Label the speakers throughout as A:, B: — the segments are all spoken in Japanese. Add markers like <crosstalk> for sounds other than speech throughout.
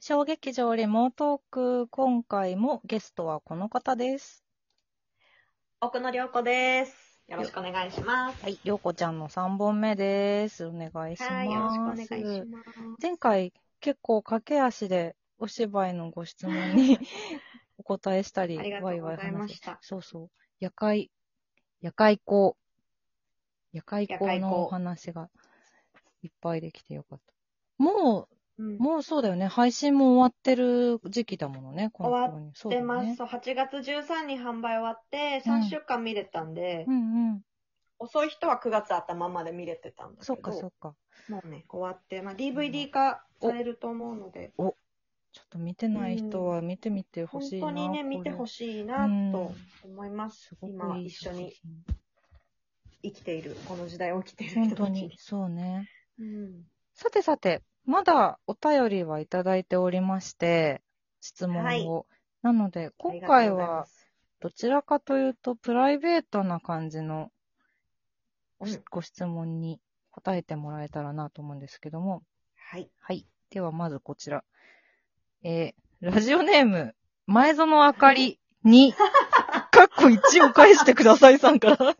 A: 小劇場リモートーク、今回もゲストはこの方です。
B: 奥野涼子です。よろしくお願いします。
A: はい、りょうこちゃんの3本目です。お願いします。
B: はい、よろしくお願いします。
A: 前回結構駆け足でお芝居のご質問
B: <laughs>
A: にお答えしたり、
B: ありがとうございました。
A: そうそう。夜会、夜会校、夜会校
B: 夜会
A: の
B: 校
A: お話がいっぱいできてよかった。も
B: うん
A: う、もうそうだよね。配信も終わってる時期だものね、この頃に。そうだ
B: 出
A: よ
B: ます。
A: ね。
B: そう8月13に販売終わって、
A: うん
B: 3週間見れたんで、
A: うんうん。
B: 遅い人は9月頭まで見れてたんだけど、
A: そっかそっか。
B: もうね、終わって、まあ、DVD 化されると思うので、
A: ちょっと見てない人は見てみてほ
B: 本
A: しいな。
B: 当にね、見てほ
A: い。
B: しいなと思います。
A: すごくいい
B: 今、一緒
A: 作
B: に
A: 品。
B: 生きている、この時代を生きている
A: 本
B: 人
A: 当
B: たち
A: に、そうね。
B: うん
A: さてさて、まだお便りはいただいておりまして、質問を。
B: はい
A: なので、今
B: あり
A: 回
B: がとうございま
A: は
B: す
A: どちらかというと、プライベートな感じのご,、
B: うん
A: ご質問に答えてもらえたらなと思うんですけども。 <laughs>
B: はい。
A: はい。では、まずこちら。えーラジオネーム、前園あかり
B: <laughs>
A: に、かっこ1を返してくださいさん
B: <laughs>
A: から。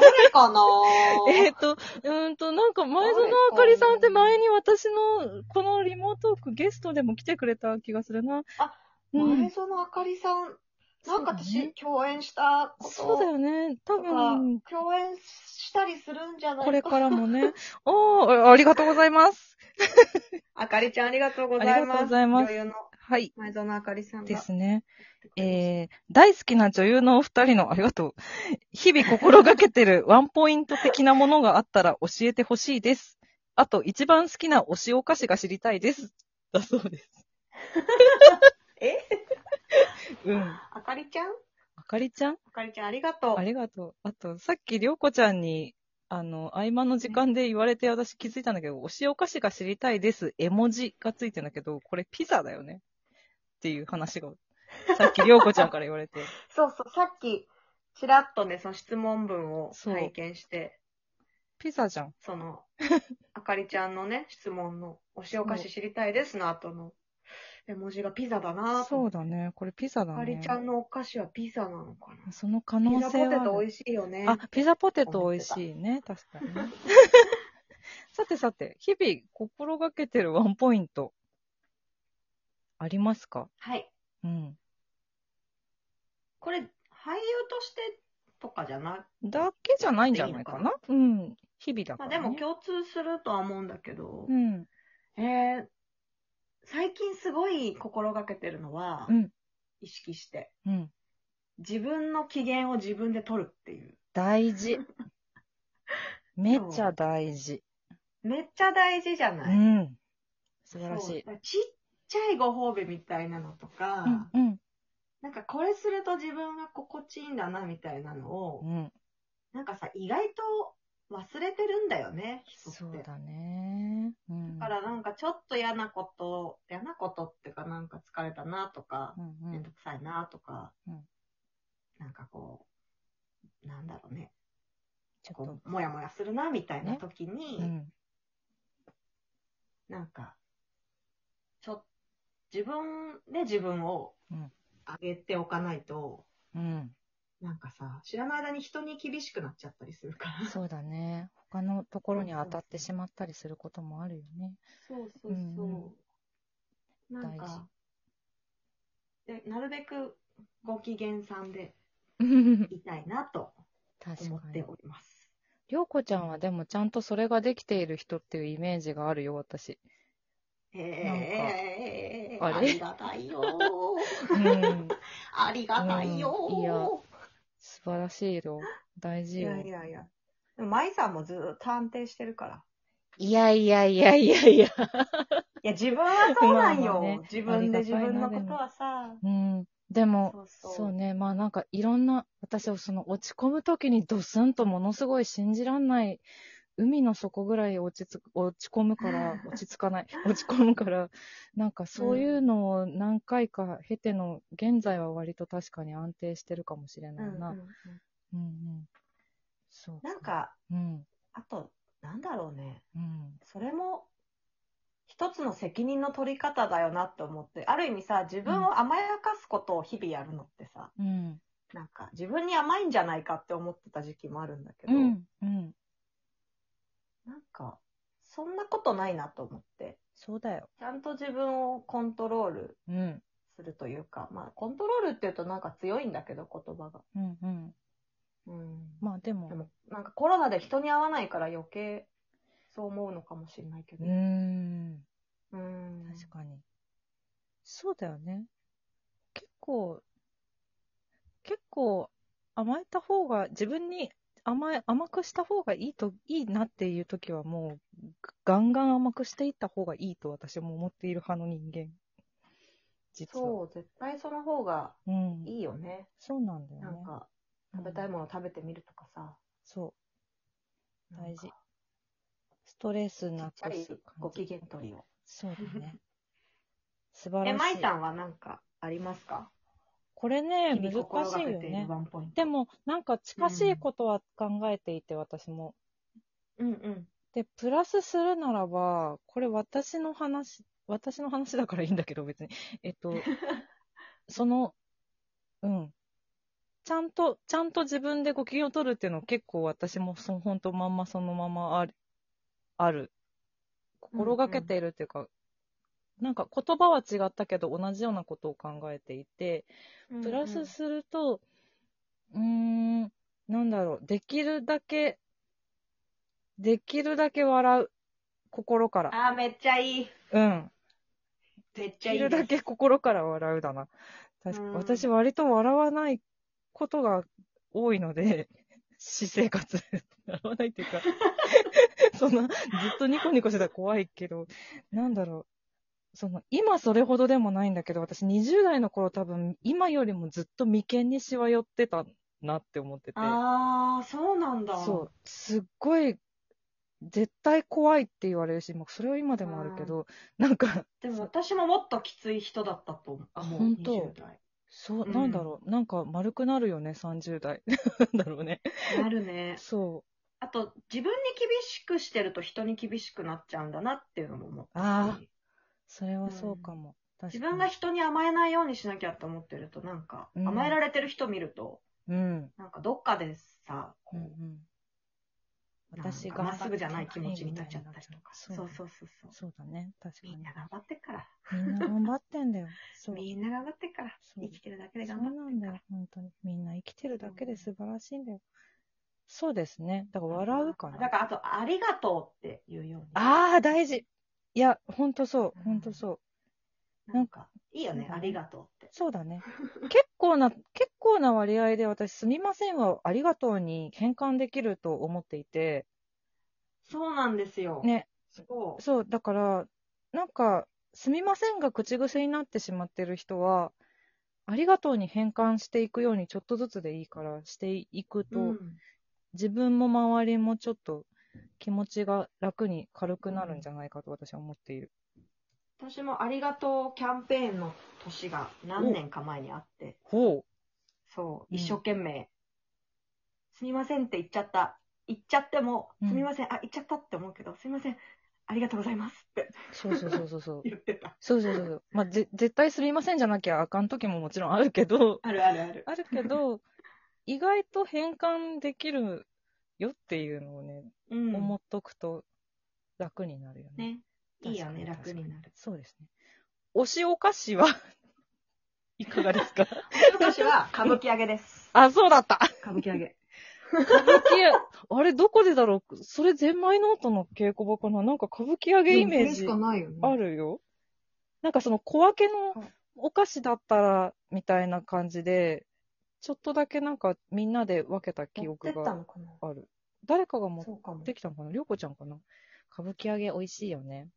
B: 誰かな <laughs>
A: えっと、うーんと、なんか前園あかりさんって前に私のこのリモートークゲストでも来てくれた気がするな。
B: あ、
A: うん
B: 前園あかりさん、な
A: そう
B: んか
A: だね
B: 私、共演したこと
A: そうだよね。多
B: とか
A: 分、、
B: 共演したりするんじゃない
A: これからもね。おー、ありがとうございます。
B: あかりちゃん、ありがとうございます。
A: ありがとうございます
B: 女優の
A: はい。
B: 前園あかりさんが。
A: ですね。えー、大好きな女優のお二人の、ありがとう。日々心がけてるワンポイント的なものがあったら教えてほしいです。あと、一番好きな推しお菓子が知りたいです。だそうです。
B: え
A: うん。あ
B: あかりちゃん
A: かりちゃん
B: あかりちゃん、ありがとう。
A: ありがとう。あと、さっきりょうこちゃんに、あの、合間の時間で言われて私気づいたんだけど、推しお菓子が知りたいです。絵文字がついてんだけど、これピザだよね。っていう話が、さっきりょうこちゃんから言われて。
B: そうそう、さっき、ちらっとね、その質問文を
A: そう
B: 拝見して、
A: ピザじゃん。<laughs>
B: その、あかりちゃんのね、質問の、お塩菓子知りたいですの後の、絵文字がピザだなぁと
A: そ
B: 思
A: う
B: って。
A: だね。これピザだね。
B: あかりちゃんのお菓子はピザなのかな
A: その可
B: ピ
A: 能
B: ザ
A: 性
B: ポテ
A: は
B: ト
A: あ
B: 美
A: る。
B: 味しいよね。
A: あ、ピザポテト美味しいね。確か
B: <laughs>
A: にね。さてさて、日々心がけてるワンポイント、ありますか
B: はい。
A: うん。
B: これ、俳優としてとかじゃな
A: だけじゃないんじゃないかなうん。日々だ
B: い。
A: か
B: ま
A: ら、
B: あ
A: ね。
B: でも共通するとは思うんだけど
A: う、ん。
B: えー、最近すごい心がけてるのは
A: う、ん。
B: 意識して、
A: うん。
B: 自分の機嫌を自分で取るっていう。
A: 大事。めちゃ大事。
B: めっちゃ大事じゃ
A: う
B: ない、
A: ん。素晴らしい。
B: そうちっちゃいご褒美みたいなのとか、
A: うん。うん。
B: なんかこれすると自分が心地いいんだなみたいなのを、
A: うん。
B: なんかさ、意外と忘れてるんだよね、人って。
A: そうだね。うん。
B: だからなんかちょっと嫌なこと、嫌なことっていうかなんか疲れたなとか
A: う、んう
B: めん
A: ん
B: ど。くさいなとか、
A: うん
B: なんかこう、なんだろうね、
A: ちょっ
B: こう、もやもやするなみたいな
A: ね
B: 時
A: と。
B: に、
A: うん。
B: なんか、ちょ、自分で自分を
A: うん
B: 上げておかないと、
A: うん。
B: なんかさ、知らない間に人に厳しくなっちゃったりするから。
A: そうだね。他のところに当たってしまったりすることもあるよね。
B: そうそううそ
A: ん
B: う。なん
A: 大事
B: かで、なるべくご機嫌さんでいたいなと
A: 確
B: 思
A: か
B: って
A: に。
B: おります。
A: りょうこちゃんはでもちゃんとそれができている人っていうイメージがあるよ、私。
B: えー、
A: あれ
B: ありがたいよー。 <laughs>
A: うん。
B: ありがたいよ
A: うんいや
B: ー。
A: <laughs> 素晴らしいよ。大事
B: い
A: よ
B: や。いやいや。でも、舞さんもずっと安定してるから。
A: いやいやいやいやいや。
B: いや、自分はそう <laughs> なん
A: まあ
B: よ。
A: まあね
B: 自分で
A: あり
B: 自
A: がたいな
B: 分のことはさ。
A: うん。でも、
B: そう
A: そ
B: そうう
A: ね。まあなんかいろんな、私はその落ち込むときにドスンとものすごい信じらんない、海の底ぐらい落ちつ落ち込む
B: <laughs>
A: から、落ち着かない、落ち込むから、なんかそういうのを何回か経ての、現在は割と確かに安定してるかもしれ
B: う
A: なんいな。
B: う
A: うん
B: ん
A: うん、
B: うん
A: そう。
B: なん、か、
A: うん、
B: あと、なんだろうね。
A: うん。
B: それも、一つの責任の取り方だよなって思って、ある意味さ、自分を甘やかすことを日々やるのってさ、
A: うん。
B: なんか自分に甘いんじゃないかって思ってた時期もあるんだけ
A: う
B: ど、
A: ん。うん。
B: なんか、そんなことないなと思って、
A: そうだよ。
B: ちゃんと自分をコントロール
A: うん。
B: するというか、まあ、コントロールっていうとなんか強いんだけど、言葉が。
A: うん。うん。
B: うん。
A: まあでも
B: で、も、なんかコロナで人に会わないから余計そう思うのかもしれないけ
A: う
B: ど。
A: ーん。
B: うん。
A: 確かに。そうだよね。結構、結構甘えた方が、自分に甘え、甘くした方がいいと、いいなっていう時はもう、ガンガン甘くしていった方がいいと私も思っている派の人間。実は。
B: そう、絶対その方が
A: うん。
B: いいよね。
A: そうなんだよね。
B: なんか、食べたい
A: うん
B: もの食べてみるとかさ。
A: そう。大事
B: なんか
A: ストレスなくす
B: ちっ
A: 感
B: ちゃいご機
A: じ。
B: 嫌取りを。
A: そうだ
B: <laughs>
A: ね。素晴ら
B: え、
A: しい。
B: まいたんはなんかありますか
A: これね、
B: 日
A: 難
B: 々心
A: し
B: が
A: い
B: け
A: よ
B: てい
A: ね
B: る。ワンポイント。
A: でも、なんか近しいことは考えていて、私も。
B: うんうん。
A: で、プラスするならば、これ私の話、私の話だからいいんだけど、別に。えっ <laughs> と、その、うん。ちゃんと、ちゃんと自分でご機嫌を取るっていうのは結構私もそ、ほんとまんまそのままある、ある。心がけているっていうか、なんか言葉は違ったけど同じようなことを考えていて、プラスすると、うーん、なんだろう、できるだけ、できるだけ笑う。心から。
B: あー、めっちゃいい。
A: うん。
B: めっち
A: で
B: ゃい
A: き
B: い。
A: るだけ心から笑うだな。確か
B: うん
A: 私割と笑わないことが多いの
B: <laughs>
A: で、私生活。笑わないっていうか、そんな、ずっとニコニコしてたら怖いけど、なんだろう。その、今それほどでもないんだけど、私20代の頃多分、今よりもずっと眉間にしわ寄ってたなって思ってて。
B: あー、そうなんだ。
A: そう、すっごい、絶対怖いって言われるし、もうそれは今でもあるけど、なんか、
B: でも私ももっときつい人だったと思う。
A: あ
B: もう
A: 本当
B: 20代
A: そう、
B: うん
A: なんだろう、なんか丸くなるよね、30代。 <laughs> なんだろうね。
B: なるね。 <laughs>
A: そ
B: あと、自分に厳しくしてると人に厳しくなっちゃうんだなっていうのも思ったし
A: あーう、それはそうかも。確
B: 自
A: かに
B: 分が人に甘えないようにしなきゃって思ってると、なんか、
A: うん
B: 甘えられてる人見ると、
A: うん、
B: なんかどっかでさ、
A: う
B: こ
A: ん、う。
B: うんなん
A: 私
B: か
A: が
B: まっすぐじゃない気持ちになっちゃったり
A: り
B: とか。そ
A: そううだ
B: そう
A: ね
B: そうそう。
A: そうだね、確か
B: み
A: に
B: ん。な頑張ってっから。
A: みんな頑張ってんだよ。そう。
B: みんな頑張ってっから。
A: そう
B: 生きてるだけで
A: そう
B: 頑張って
A: なんだよ
B: っから。、
A: 本当に。みんな生きてるだけで素晴らしいんだよ。そうですね。だから笑うかな。
B: だから、あと、ありがとうっていうように。
A: ああ、大事。いや、ほんとそうう、
B: ん
A: ほんとそう。
B: なんか、いいよ
A: そ
B: ね
A: う、だ
B: あ
A: ね
B: りがとうって。
A: そうだね。結構な、結構な割合で私、すみませんはありがとうに変換できると思っていて、
B: そうなんですよ。
A: ね、
B: そう。
A: そう、だから、なんか、すみませんが口癖になってしまってる人は、ありがとうに変換していくようにちょっとずつでいいからしていくと、
B: うん
A: 自分も周りもちょっと気持ちが楽に軽くなるんじゃないかと私は思っている。
B: 私もありがとうキャンペーンの年が何年か前にあって、
A: ほ
B: そ
A: う
B: う、
A: ん
B: 一生懸命、すみませんって言っちゃった。言っちゃっても
A: う、ん
B: すみません、あ、言っちゃったって思うけど、すみません、ありがとうございますって <laughs>
A: う。そうそうそうそうそう。
B: 言ってた。
A: そうそうそうそう。まあ、ぜ絶対すみませんじゃなきゃあかん時ももちろんあるけど、
B: あるあるある。
A: あるけど、意外と変換できるよっていうのをね、
B: うん。
A: 思っとくと楽になるよね。
B: ね。いいよね、
A: 確か
B: 楽にな
A: 確か
B: る。
A: そうですね。推しお菓子は、 <laughs> いかがです
B: <laughs>
A: か
B: 私は歌舞伎揚げです。
A: あ、そうだった
B: 歌舞伎
A: <laughs>
B: 揚げ。
A: 歌舞伎、あれどこでだろうそれゼンマイノートの稽古場かななんか歌舞伎揚げイメー
B: でもそれし
A: ジ
B: かないよね。
A: あるよ。なんかその小分け
B: うん
A: のお菓子だったら、みたいな感じで、ちょっとだけなんかみんなで分けた記
B: 持って
A: 憶
B: った
A: が
B: のかな
A: ある。誰かが持っ
B: そうかも
A: て。きたのかなりょうこちゃんかな歌舞伎揚げ美味しいよね。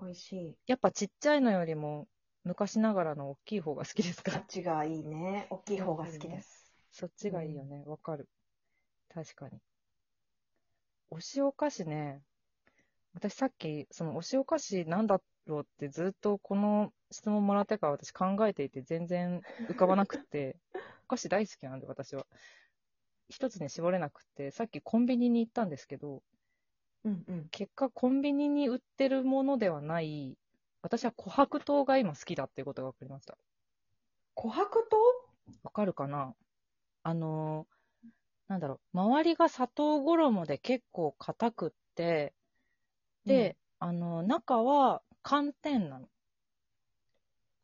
B: 美味しい。
A: やっぱちっちゃいのよりも、昔ながらの大きい方が好きです
B: あ
A: か
B: っちがいいね。大きい方が好きです。
A: そっちがいいよね。わかる。確かに。お塩菓子ね。私さっき、そのお塩菓子なんだろうってずっとこの質問もらってから私考えていて全然浮かばなく
B: <laughs>
A: て、お菓子大好きなんで私は。一つに絞れなくて、さっきコンビニに行ったんですけど、
B: うんうん。
A: 結果コンビニに売ってるものではない、私は琥珀糖が今好きだっていうことが分かりました。
B: 琥珀糖
A: わかるかなあのーなんだろう、周りが砂糖衣で結構硬くって、で、、あのー中は寒天なの。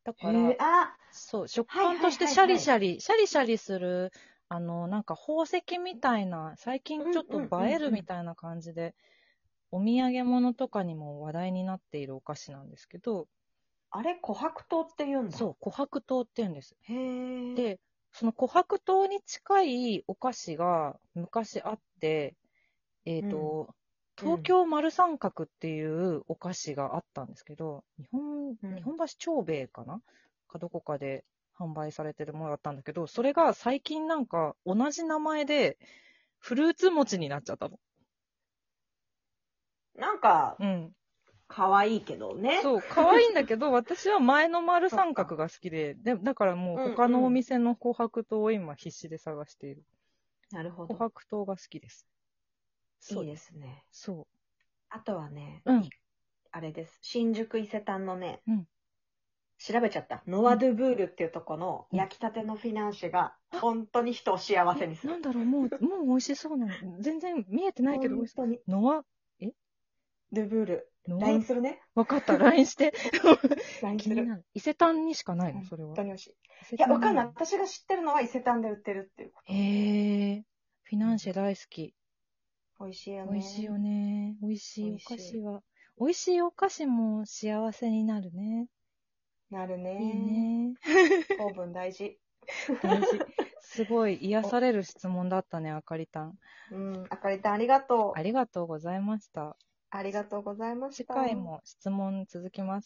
A: だ
B: う
A: か
B: ん
A: ら、
B: へえあ、
A: そう、食
B: はいはい
A: 感として
B: はい
A: シャ
B: は
A: リ
B: い
A: シャリ、シャリシャリする、あの、なんか宝石みたいな、最近ちょっと
B: うんうんうんうん
A: 映えるみたいな感じで、お土産物とかにも話題になっているお菓子なんですけど、
B: あれ琥珀糖って言うんだ。
A: そう、琥珀糖って言うんです。
B: う。へえ。、
A: で、その琥珀糖に近いお菓子が昔あって、えっ、と、
B: うん
A: 東京丸三角っていうお菓子があったんですけど、日本、
B: うん
A: 日本橋長兵衛かなかどこかで販売されてるものだったんだけど、それが最近なんか同じ名前でフルーツ餅になっちゃったの。
B: なんか、
A: うん。
B: 可愛いけどね。
A: そう、可愛いんだけど、私は前の丸三角が好きで、でだからも
B: うんう
A: うん他のお店の琥珀糖を今必死で探している。
B: なるほ
A: 琥
B: ど。
A: 珀糖が好きです。
B: いい
A: で。
B: ですすね。
A: そ
B: あとはね、
A: う。うん。
B: あれです。新宿伊勢丹のね、
A: うん
B: 調べちゃった。ノワドゥブールっていうとこの
A: うん
B: 焼きたてのフィナンシェが、本当に人を幸せにす
A: な
B: る
A: ん。だろう、
B: <laughs>
A: もう、もう美味しそうなの。全然見えてないけど美味
B: 本
A: しそ
B: 当に。
A: う。ノア、
B: ドゥブール。
A: ノア
B: LINE、するね。
A: わかった、LINE
B: <laughs>
A: して。
B: LINE
A: 気
B: す
A: に
B: る。
A: なる。伊勢丹にしかないの、それ
B: 本
A: は
B: 当。に美味しい。
A: い
B: いや、わかんない。。私が知ってるのは伊勢丹で売ってるっていうこ
A: へえ。フィナンシェ大好き。
B: と。美味しいよね。
A: 美味しいよね。美味しいお菓
B: 美味し
A: 子
B: い
A: は。美味しいお菓子も幸せになるね。
B: なるね。
A: いいね。
B: 糖分大事。
A: 大事。すごい癒される質問だったね、あかりたん。
B: うん。あかりたんありがとう。
A: ありがとうございました。
B: ありがとうございまし
A: 次
B: た。
A: 回も質問続きます。